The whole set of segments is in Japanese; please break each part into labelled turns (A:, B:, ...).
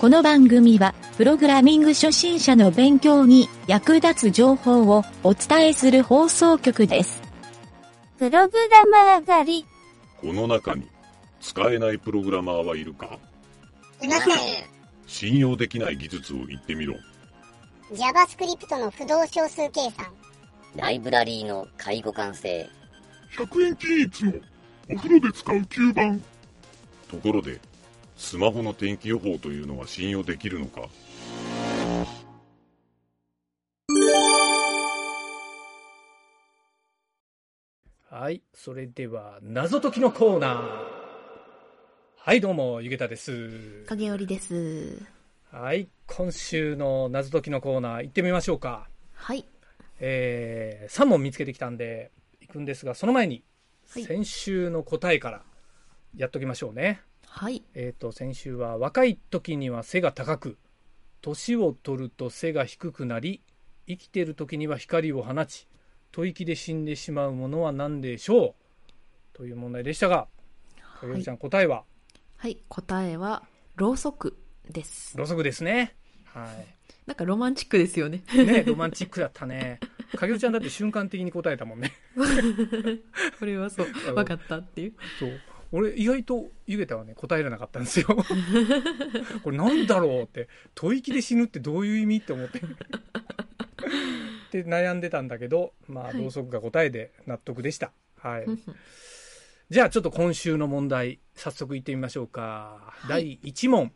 A: この番組は、プログラミング初心者の勉強に役立つ情報をお伝えする放送局です。
B: プログラマー上がり。
C: この中に使えないプログラマーはいるか
D: いません。
C: 信用できない技術を言ってみろ
D: JavaScript の不動小数計算。
E: ライブラリーの介護完成。
F: 100円均一のお風呂で使う吸盤
C: ところでスマホの天気予報というのは信用できるのか
G: はい。それでは、謎解きのコーナー。はい、どうも、ゆげたです。
H: 影よりです。
G: はい。今週の謎解きのコーナー、行ってみましょうか。
H: はい。
G: えー、3問見つけてきたんで、行くんですが、その前に、
H: はい
G: 先週の答えから、やっときましょうね。
H: はい。
G: えっ、と、先週は、若い時には背が高く、年を取ると背が低くなり、生きてる時には光を放ち、吐息で死んでしまうものは何でしょうという問題でしたが、かよりちゃん、答えは、
H: はい。答えは、ろうそくです。
G: ろうそくですね。は
H: なんかロマンチックですよね。
G: い。ね、ロマンチックだったね。かよりちゃんだって瞬間的に答えたもんね。
H: これはそう
G: う、ん
H: わかったっていう。
G: そう。俺、意外と、ゆげたはね、答えられなかったん ですよ。これなんだろうって、吐息で死ぬってどういう意味って思って。で、悩んでたんだけど、まあ、
H: はい
G: ろうそくが答えで納得でした。 はい。じゃあ、ちょっと今週の問題、早速いってみましょうか。
H: はい
G: 第1問。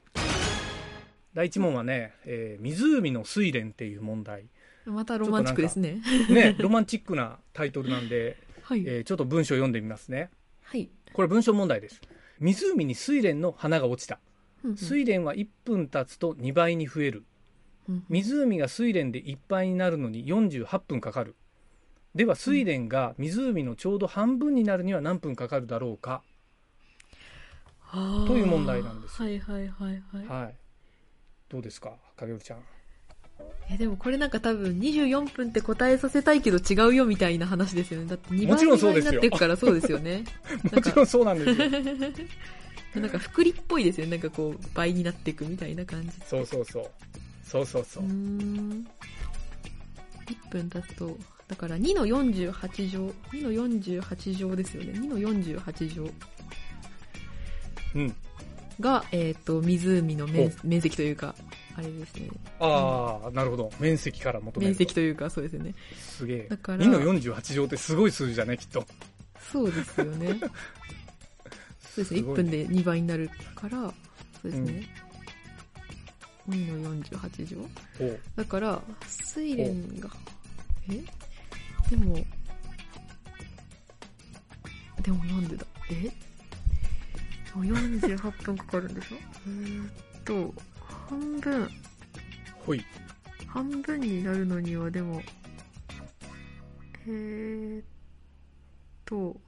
G: 第1問はね、えー湖の睡蓮っていう問題。
H: またロマンチックですね。
G: ね、ロマンチックなタイトルなんで、
H: はい。
G: えーちょっと文章読んでみますね。
H: はい。
G: これ文章問題です。湖に睡蓮の花が落ちた。睡蓮は1分経つと2倍に増える。
H: うん
G: 湖が睡蓮でいっぱいになるのに48分かかる。では睡蓮が湖のちょうど半分になるには何分かかるだろうか。という問題なんですよ
H: はいはいはいはい。
G: はい。どうですか、影織ちゃん。
H: え、でもこれなんか多分24分って答えさせたいけど違うよみたいな話ですよね。だって2
G: もち
H: 倍
G: ろんそう
H: に
G: です
H: な
G: よ
H: っていくからそうですよね。
G: もちろんそうなんですよ。
H: なんか福利っぽいですよね。なんかこう倍になっていくみたいな感じ。
G: そうそうそう。そうそうそう
H: うー。ん。1分経つと、だから2の48乗。2の48乗ですよね。2の48乗
G: うん。
H: が、えっ、と、湖の面面積というか、あれですね。
G: ああ、なるほど。面積から求める
H: 面
G: と。
H: 積というか、そうですね。
G: すげえ。
H: だから
G: 2の48乗ってすごい数字だね、きっと。
H: そうですよ ね。そうですね。1
G: ごい
H: 分で2倍になるから、そうですね。2の48乗
G: おう
H: だから、睡蓮が、えでも、でもなんでだえでも48分かかるんでしょえーっと、半分、
G: ほい。
H: 半分になるのにはでも、えーっと、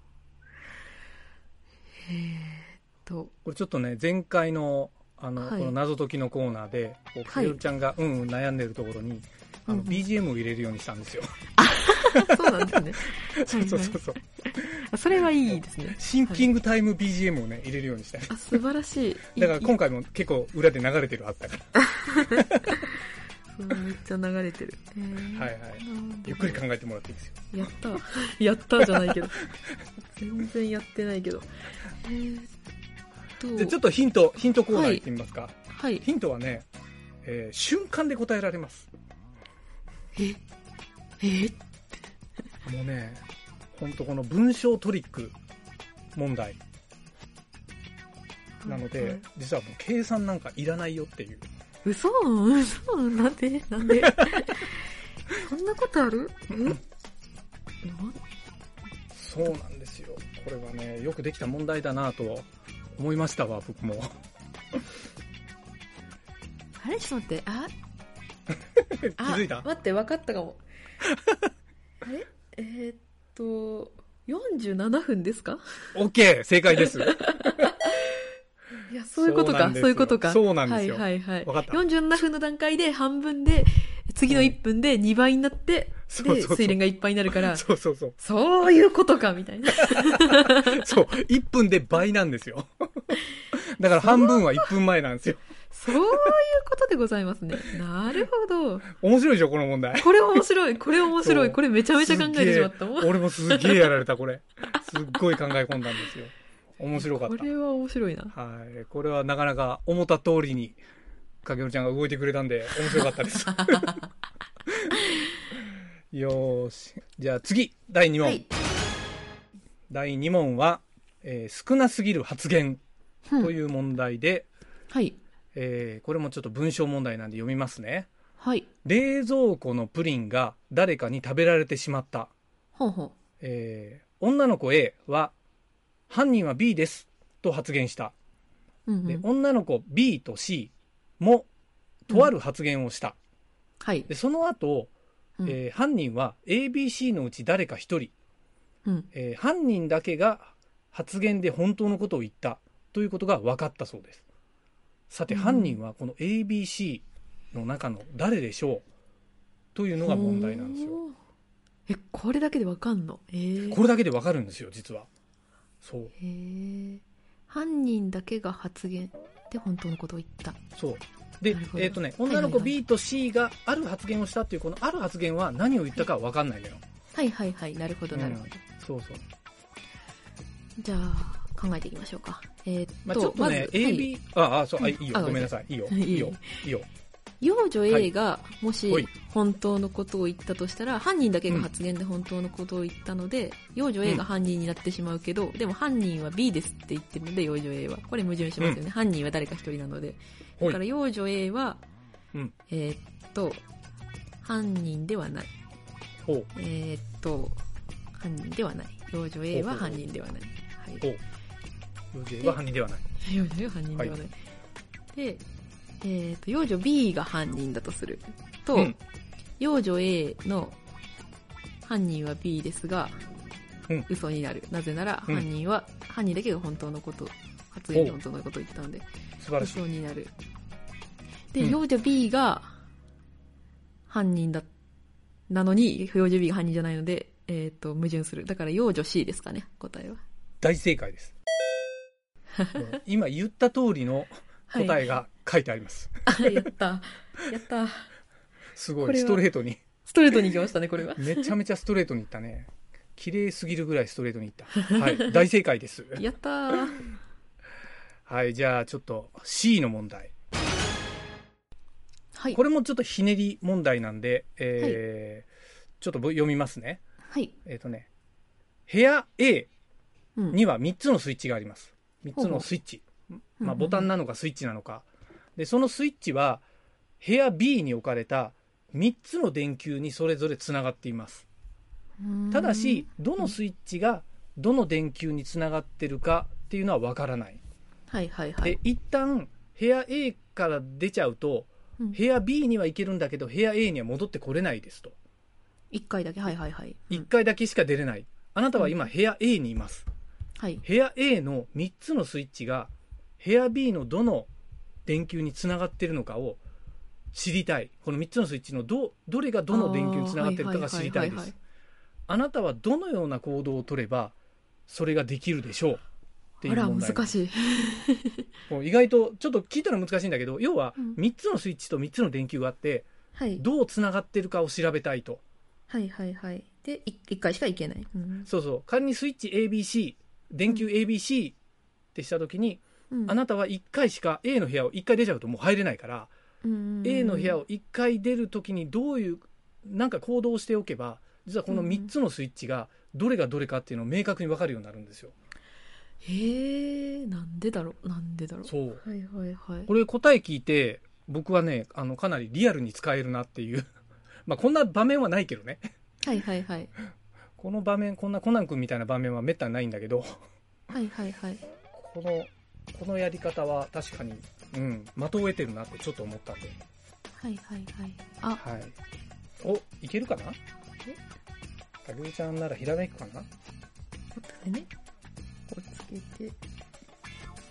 H: えーっと、
G: これちょっとね、前回の、あの、
H: はい
G: この謎解きのコーナーで、こう、
H: はい
G: かよるちゃんがうんうん悩んでるところに、あの、
H: うんうん
G: BGM を入れるようにしたんですよ。
H: そうなんですね。
G: そうそうそうそう。
H: あそれはいいですね。
G: シンキングタイム BGM をね、入れるようにした。
H: あ、素晴らしい。いい
G: だから今回も結構裏で流れてるはずだか
H: うんめっちゃ流れてる。えー
G: ら。はいはい。
H: なんだ
G: ゆっくり考えてもらっていいですよ。
H: やった。やったじゃないけど。全然やってないけど。えーっと。
G: じゃあちょっとヒント、ヒントコーナー行ってみますか。
H: はい。
G: ヒントはね、えー瞬間で答えられます。
H: ええ
G: もうね、ほんとこの文章トリック問題なの
H: は
G: で
H: い、
G: 実はもう計算なんかいらないよっていう。
H: 嘘嘘なんでな んでそんなことあるえなん
G: そうなんですよ。これはね、よくできた問題だなと思いましたわ、僕も。
H: あれちょっと待って。あ
G: 気
H: あ
G: づいた
H: 待って、分かったか も。あれえーっと、47分ですか
G: ?OK! 正解です。
H: いや、そういうこと
G: そうな
H: か
G: ん、ですよ
H: そういうことか。
G: そうなんですよ
H: はいはいはい。
G: わかった
H: 47分の段階で半分で、次の1分で2倍になって、
G: そうそう
H: で、
G: そう
H: 睡蓮がいっぱいになるから、
G: そうそうそう。
H: そういうことか、みたいな。
G: そう。1分で倍なんですよ。だから半分は1分前なんですよ。
H: そういうことでございますね。なるほど。
G: 面白いでしょ、この問題。
H: これ面白い、これ面白
G: そ
H: い、
G: う
H: これめちゃめちゃ考えてしまったもん。
G: 俺もすげえやられた、これ。すっごい考え込んだんですよ。面白かっ
H: これは面白いな。
G: た。はい。これはなかなか思った通りに、かけおちゃんが動いてくれたんで、面白かった です。よーし。じゃあ次、第2問。
H: はい。
G: 第2問は、えー少なすぎる発言
H: うん
G: という問題で、
H: はい。
G: えーこれもちょっと文章問題なんで読みますね。
H: はい。
G: 冷蔵庫のプリンが誰かに食べられてしまった。
H: ほうほ
G: えー女の子 A は犯人は B ですと発言した、
H: う。うん、う
G: で
H: ん。
G: 女の子 B と C もとある発言をした、
H: はい
G: で。その後、
H: うん
G: えー犯人は ABC のうち誰か1人、
H: うん。
G: えー犯人だけが発言で本当のことを言ったということが分かったそうですさて
H: うん
G: 犯人はこの ABC の中の誰でしょうというのが問題なんですよ
H: ほう。え、これだけでわかんのえー、
G: これだけで分かるんですよ実はそう
H: へー犯人だけが発言で本当のことを言った。
G: そう。で
H: なる、ほど
G: えっ、とね、
H: いはい
G: 女の子 B と C がある発言をしたっていう、このある発言は何を言ったかわかんないのよ。
H: はいはいはい。なるほどなるほど。
G: そうそう。
H: じゃあ、考えていきましょうか。えーっと、
G: まあ、ちょっとね
H: ず、はい
G: AB、ああ、そう、あいいよ
H: あ、
G: ごめんなさい。いいよ、
H: いえいえ
G: いいよ、いいよ。
H: 幼女
G: は
H: A
G: い
H: がもし
G: はい
H: 本当のことを言ったとしたら、犯人だけが発言で本当のことを言ったので、幼女 A が犯人になってしまうけど、でも犯人は B ですって言ってるので、幼女 A は。これ矛盾しますよね。犯人は誰か一人なので。
G: ほ
H: だから
G: い。
H: 幼女 A は、
G: うん
H: えーっと、犯人ではない。
G: ほう、
H: えーっと、犯人ではない。幼女 A は犯人ではない。はい
G: ほ。う。幼女 A は犯人ではない。
H: 幼女 A は犯人ではない。で、えーっと、幼女 B が犯人だとすると、
G: うん
H: 幼女 A の犯人は B ですが、
G: うん
H: 嘘になる。なぜなら、
G: うん
H: 犯人は、犯人だけが本当のこと、発言で本当のことを言ったので、
G: 素晴らしい。
H: 嘘になる。で、
G: うん
H: 幼女 B が犯人だ、なのに、幼女 B が犯人じゃないので、えっ、と、矛盾する。だから幼女 C ですかね、答えは。
G: 大正解 です。もう今言った通りの答
H: はい。
G: えが書いてあります。
H: あ、やった。やった。
G: すご
H: こ
G: い、
H: れは
G: ストレートに。
H: ストレートに行きましたね、これは。
G: めちゃめちゃストレートにいったね。綺麗すぎるぐらいストレートにいった。 はい、大正解です。
H: やったー。
G: はい、じゃあちょっと C の問題。
H: はい
G: こ。れもちょっとひねり問題なんで、えーちょっと読みますね。
H: はい。
G: えっ、とね、部屋 A
H: うん
G: には3つのスイッチがあります。3つのスイッチ。まあ、ボタンな
H: な。
G: のかスイッチなのか。で、そのスイッチは、部屋 B に置かれた3つの電球にそれぞれつながっています。
H: うん
G: ただし、、どのスイッチがどの電球につながってるかっていうのはわからない。
H: はいはいはい
G: で。一旦部屋 A から出ちゃうと、
H: うん
G: 部屋 B には行けるんだけど部屋 A には戻ってこれないですと
H: 一回だけ、はいはいはい。うん
G: 1回だけしか出れない、あなたは今部屋 A にいます
H: はい。
G: 部屋 A の3つのスイッチが部屋 B のどの電球につながってるのかを知りたいこの3つのスイッチのどどれがどの電球につながってるかが知りたいで
H: あーはいはいはいはい
G: すあなたはどのような行動をとればそれができるでしょうってい
H: あ
G: う
H: ら、
G: 問題
H: 難しい。
G: もう意外とちょっと聞いたら難しいんだけど要は
H: うん
G: 3つのスイッチと3つの電球があって
H: はい。
G: どうつながってるかを調べたいと
H: はいはいはい。で、い一回しか行けない。うん
G: そうそう仮にスイッチ ABC 電球 ABC ってした時に、
H: うん
G: あなたは1回しか A の部屋を1回出ちゃうともう入れないから、A の部屋
H: を
G: を1回出る時にどういうなんか行動をしておけば実はこの3つのスイッチがどれがどれかっていうのを明確に分かるようになるんですよ。
H: へえなんでだろうなんでだろう
G: そう
H: はいはいはい
G: これ答え聞いて僕はねあのかなりリアルに使えるなっていう まあこんな場面はないけどね
H: はいはいはい
G: この場面こんなコナン君みたいな場面はめったにないんだけど
H: はいはいはい
G: この、このやり方は確かに、うん、的を得てるなってちょっと思ったんで。
H: はいはいはいあ
G: はい。お、いけるかなかぐみちゃんならひらめくかな
H: これねこうつけて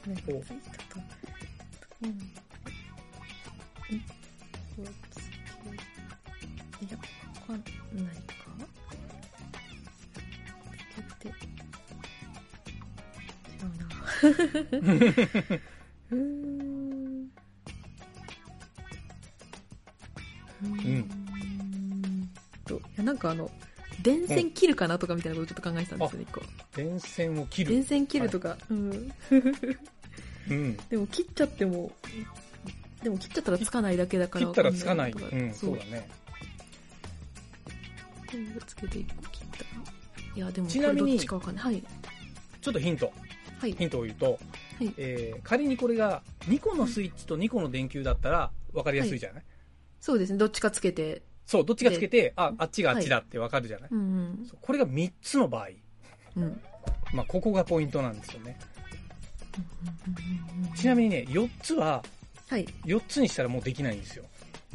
H: なんかついたとうんうんこうつけいやわかんないかつけて違うなうーん
G: うん。
H: といやなんかあの電線切るかなとかみたいなことちょっと考えてたんですよね、一個
G: 電線を切
H: 電
G: る。
H: 線切るとか、うん、
G: うん。
H: でも切っちゃってもでも切っちゃったらつかないだけだから
G: 切ったらつかない。
H: わ
G: う
H: かん
G: ん、
H: とかそ
G: そううだね。
H: 全部つけて一個切ったらいやでもこ
G: ちな
H: れ
G: みに
H: どっちかわかんないはい
G: ちょっとヒント。
H: はい
G: ヒントを言うと、
H: はい
G: えー仮にこれが2個のスイッチと2個の電球だったら分かりやすいじゃない、
H: そうですねどっちかつけて
G: そう、どっちがつけて、あ、あっちがあっちだって分かるじゃない、
H: うん
G: そうこれが3つの場合。
H: うんうん
G: まあ、ここがポイントなんですよね。ちなみにね、4つは、
H: はい
G: 4つにしたらもうできないんですよ。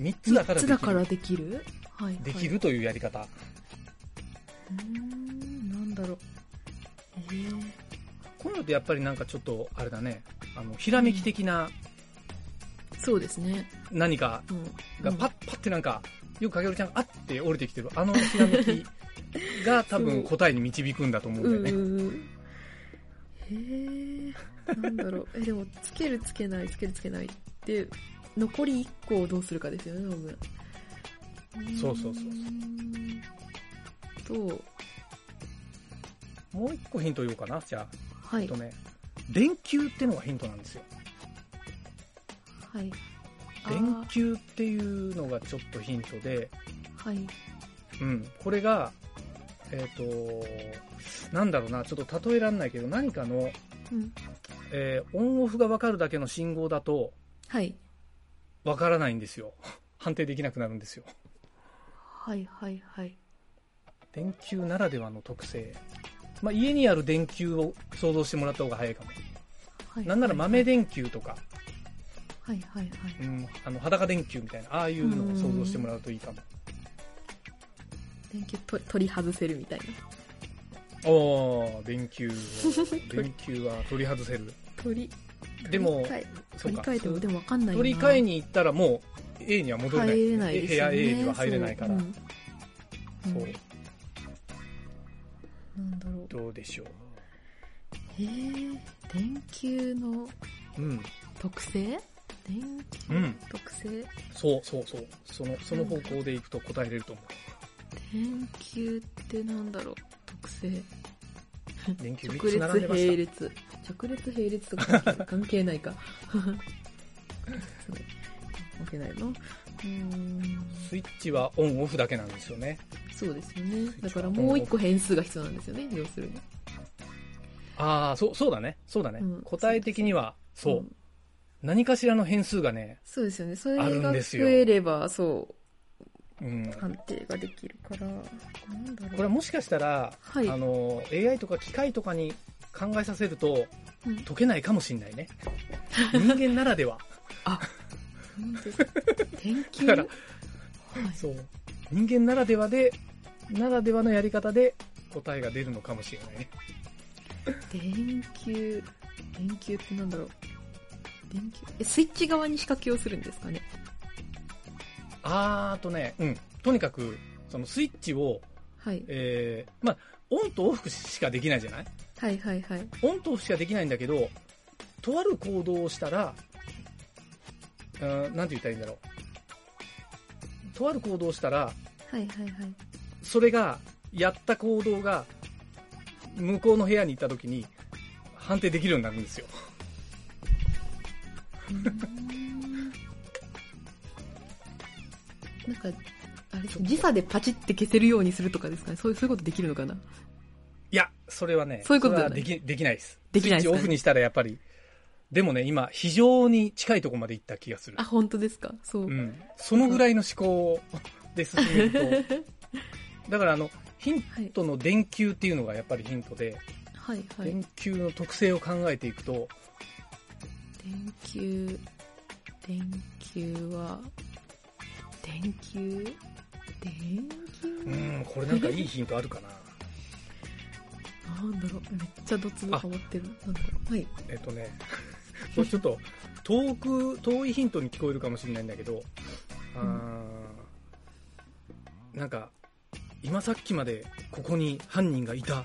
G: 3つだ
H: 三
G: から
H: つ
G: で
H: だ
G: き
H: から
G: る。
H: できるはいはい
G: できるというやり方。
H: うーんなんだろうえー
G: こういうのってやっぱりなんかちょっと、あれだね、あの、ひらめき的な
H: そうですね
G: 何か
H: うん
G: がパッパってなんか、よくかけるちゃんがあって降りてきてる、あの ひらめきが多分答えに導くんだと思う
H: うんん
G: だ
H: う
G: よね。
H: んうんへーなんだろうえでもつけるつけないつけるつけないで残り1個をどうするかですよね多分
G: そうそうそう
H: そうと
G: もう一個ヒント言おうかな、じゃあ。
H: は
G: えっ
H: い
G: とね、電球ってのがヒントなんですよ。
H: はいあ
G: 電
H: ー
G: 球っていうのがちょっとヒントで、
H: はい
G: うん、これが、えっ、と、なんだろうな、ちょっと例えられないけど、何かの、
H: うん
G: えーオンオフが分かるだけの信号だと、
H: はい
G: 分からないんですよ。 判定できなくなるんですよ。
H: はいはいはい
G: 電球ならではの特性。まあ、家にある電球を想像してもらった方が早いかも。
H: はい
G: なんなら豆電球とか、
H: はいはいはいはい
G: うん、あの裸電球みたいな、ああいうのを想像してもらうといいかも。
H: 電球と取り外せるみたいな
G: おー、電 球を、電球は取り外せる。
H: 取り
G: でも、
H: 取り替え
G: そう
H: 取り
G: か
H: 替えてもでもわかんないな
G: 取り替えに行ったらもう A には戻れない,、
H: 入れないですよね
G: 部屋 A には入れないから。
H: そ
G: そうう,、
H: うんうんなんだろう
G: どうでしょ
H: えー、電球の
G: う。うん。
H: 特性電球
G: うん
H: の特性、
G: そうそうそう。その、その方向で行くと答えれると思
H: 電球ってなんだろう特性
G: う。電球
H: 直
G: 3つ並んで
H: 列
G: まし
H: 並
G: た。
H: 列直列並列とか関係関係ないかそれ関係ないのうーん
G: スイッチはオンオフだけなんですよね。
H: そうですよねだからもう一個変数が必要なんですよね要するに
G: ああ、そう、そうだね。そうだね。
H: うん
G: 答え的には、そう、
H: ん
G: 何かしらの変数がね、
H: そうですよねそ
G: あ
H: れ
G: るん
H: が
G: です
H: 増
G: よ
H: えればそう
G: うん。
H: 判定ができるからなんだろう
G: これはもしかしたら、
H: はい
G: あの、AI とか機械とかに考えさせると、
H: うん
G: 解けないかもしんないね。人間ならでは。
H: なんです電球
G: だから
H: はい
G: そう。人間ならではで、ならではのやり方で答えが出るのかもしれないね。
H: 電球電球ってなんだろう電球えスイッチ側に仕掛けをするんですかね
G: あーあとね、うん。とにかく、そのスイッチを、
H: はい
G: えー、まあ、オンとオフしかできないじゃない
H: はいはいはい
G: オンとオフしかできないんだけど、とある行動をしたら、うーん、なんて言ったらいいんだろう。とある行動をしたら、
H: はいはいはい
G: それが、やった行動が、向こうの部屋に行った時に、判定できるようになるんですよ。
H: うーんなんかあれ時差でパチって消せるようにするとかですかねそういうそういうことできるのかない
G: や、それはね、
H: そういうこと
G: そ
H: じ
G: れは
H: ゃない
G: できできないです。
H: できないですか
G: スイッチオ
H: ね
G: フにしたらやっぱり、でもね、今、非常に近いところまで行った気がする
H: あ。本当ですかそう、
G: うん。そのぐらいの思考で進めると。だから、あの、ヒン
H: はい
G: トの電球っていうのがやっぱりヒントで、
H: はいはい電
G: 電球の特性を考えていくと、
H: 球電球は電球電球
G: うん、これなんかいいヒントあるかな。
H: なんだろうめっちゃドツボハマってるなんだろうはい
G: えっとね、これちょっと、遠く、遠いヒントに聞こえるかもしれないんだけど、あーなんか、今さっきまでここに犯人がいたっ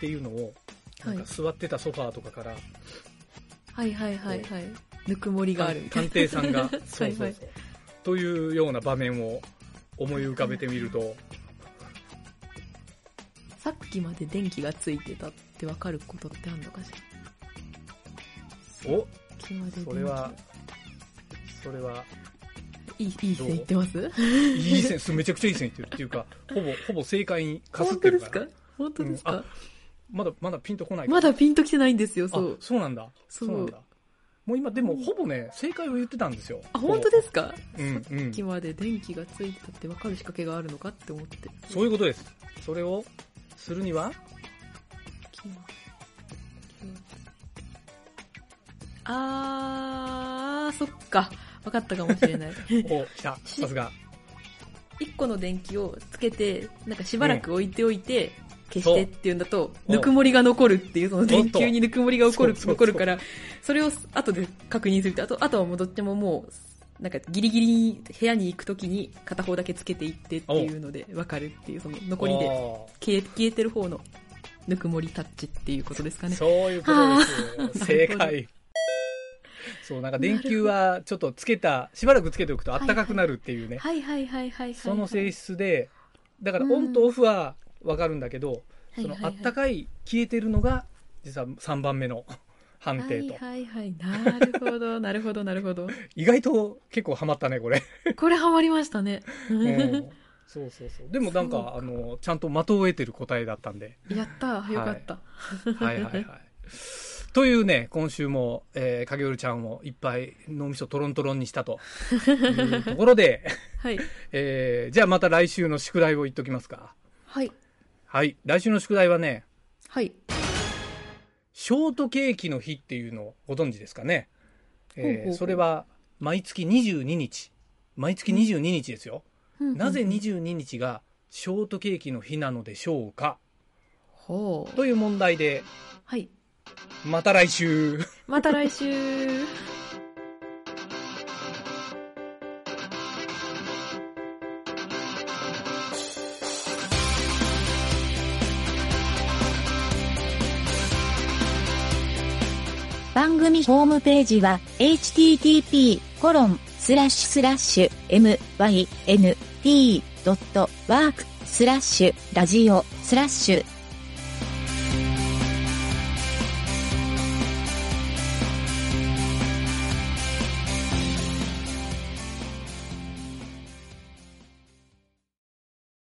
G: ていうのを、な
H: は
G: ん
H: い
G: か座ってたソファーとかから、
H: はいはいはいはい。ぬくもりがあるみたい
G: 探偵さんが、そうそうそう
H: はいはい
G: というような場面を思い浮かべてみると、
H: さっきまで電気がついてたってわかることってあんのかしら
G: お
H: さっきまで電気
G: それは、それ は、
H: いい、いい線いってます
G: いい線、すめちゃくちゃいい線いってるっていうか、ほぼ、ほぼ正解にかすっ
H: 本
G: て
H: 当
G: る
H: で
G: か
H: す
G: ら。
H: か本当で
G: うん
H: すか、
G: まだ、まだピンとこない
H: まだピンときてないんですよ、そ
G: そう
H: う。。
G: そうなんだ。そ
H: そうう
G: なんだ。もう今、でも、ほぼね、正解を言ってたんですよ。
H: あ、本当ですか
G: すうん、う
H: さ
G: ん
H: っき。まで電気がついてたってわかる仕掛けがあるのかって思って。
G: そういうことです。それを、するには、
H: 気を気をあー、そっか。わかったかもし れない。
G: お、来た。さすが。
H: 一個の電気をつけて、なんかしばらく置いておいて、消してっていうんだと、ぬくもりが残るっていう、その電球にぬくもりが起こる、
G: そうそうそう
H: 残るから、それを後で確認すると、あと、あとは戻ってももう、なんかギリギリに部屋に行くときに片方だけつけていってっていうのでわかるっていう、その残りで
G: お
H: 消え消えてる方のぬくもりタッチっていうことですか
G: ー
H: ね。
G: そういうことです。正解。そう、なんか電球は、ちょっとつけた、しばらくつけておくと暖かくなるっていうね。
H: はいはいはいはいはいはい。
G: その性質で、だから
H: うん
G: オンとオフはわかるんだけど、
H: はい
G: そ
H: は
G: の
H: い
G: あ
H: はい、
G: ったかい消えてるのが、実は3番目の判定と。
H: はいはいはい。なるほど、なるほど、なるほど。
G: 意外と結構ハマったね、 これ。
H: これハマりまし たね。
G: うんそうそうそう。でもなん
H: そう
G: か、
H: か
G: あの、ちゃんと的を得てる答えだったんで。
H: やったー、よかった。
G: はいはいはい。というね、今週も、えー、影るちゃんをいっぱい脳みそトロントロンにしたというところで、
H: はい。
G: えーじゃあまた来週の宿題を言っときますか。
H: はい。
G: はい。来週の宿題はね、
H: はい。
G: ショートケーキの日っていうのをご存知ですかね。えー
H: ほうほうほう
G: それは毎月22日。毎月22日ですよ。なぜ
H: うんうんうん
G: 22日がショートケーキの日なのでしょうか
H: ほう。
G: という問題で、
H: はい。
G: また来週。
H: また来週。
A: 番組ホームページは http://myn.t.work.radio.net コロンスラッシュスラッシュ MYNT ドットワークスラッシュラジオスラッシュ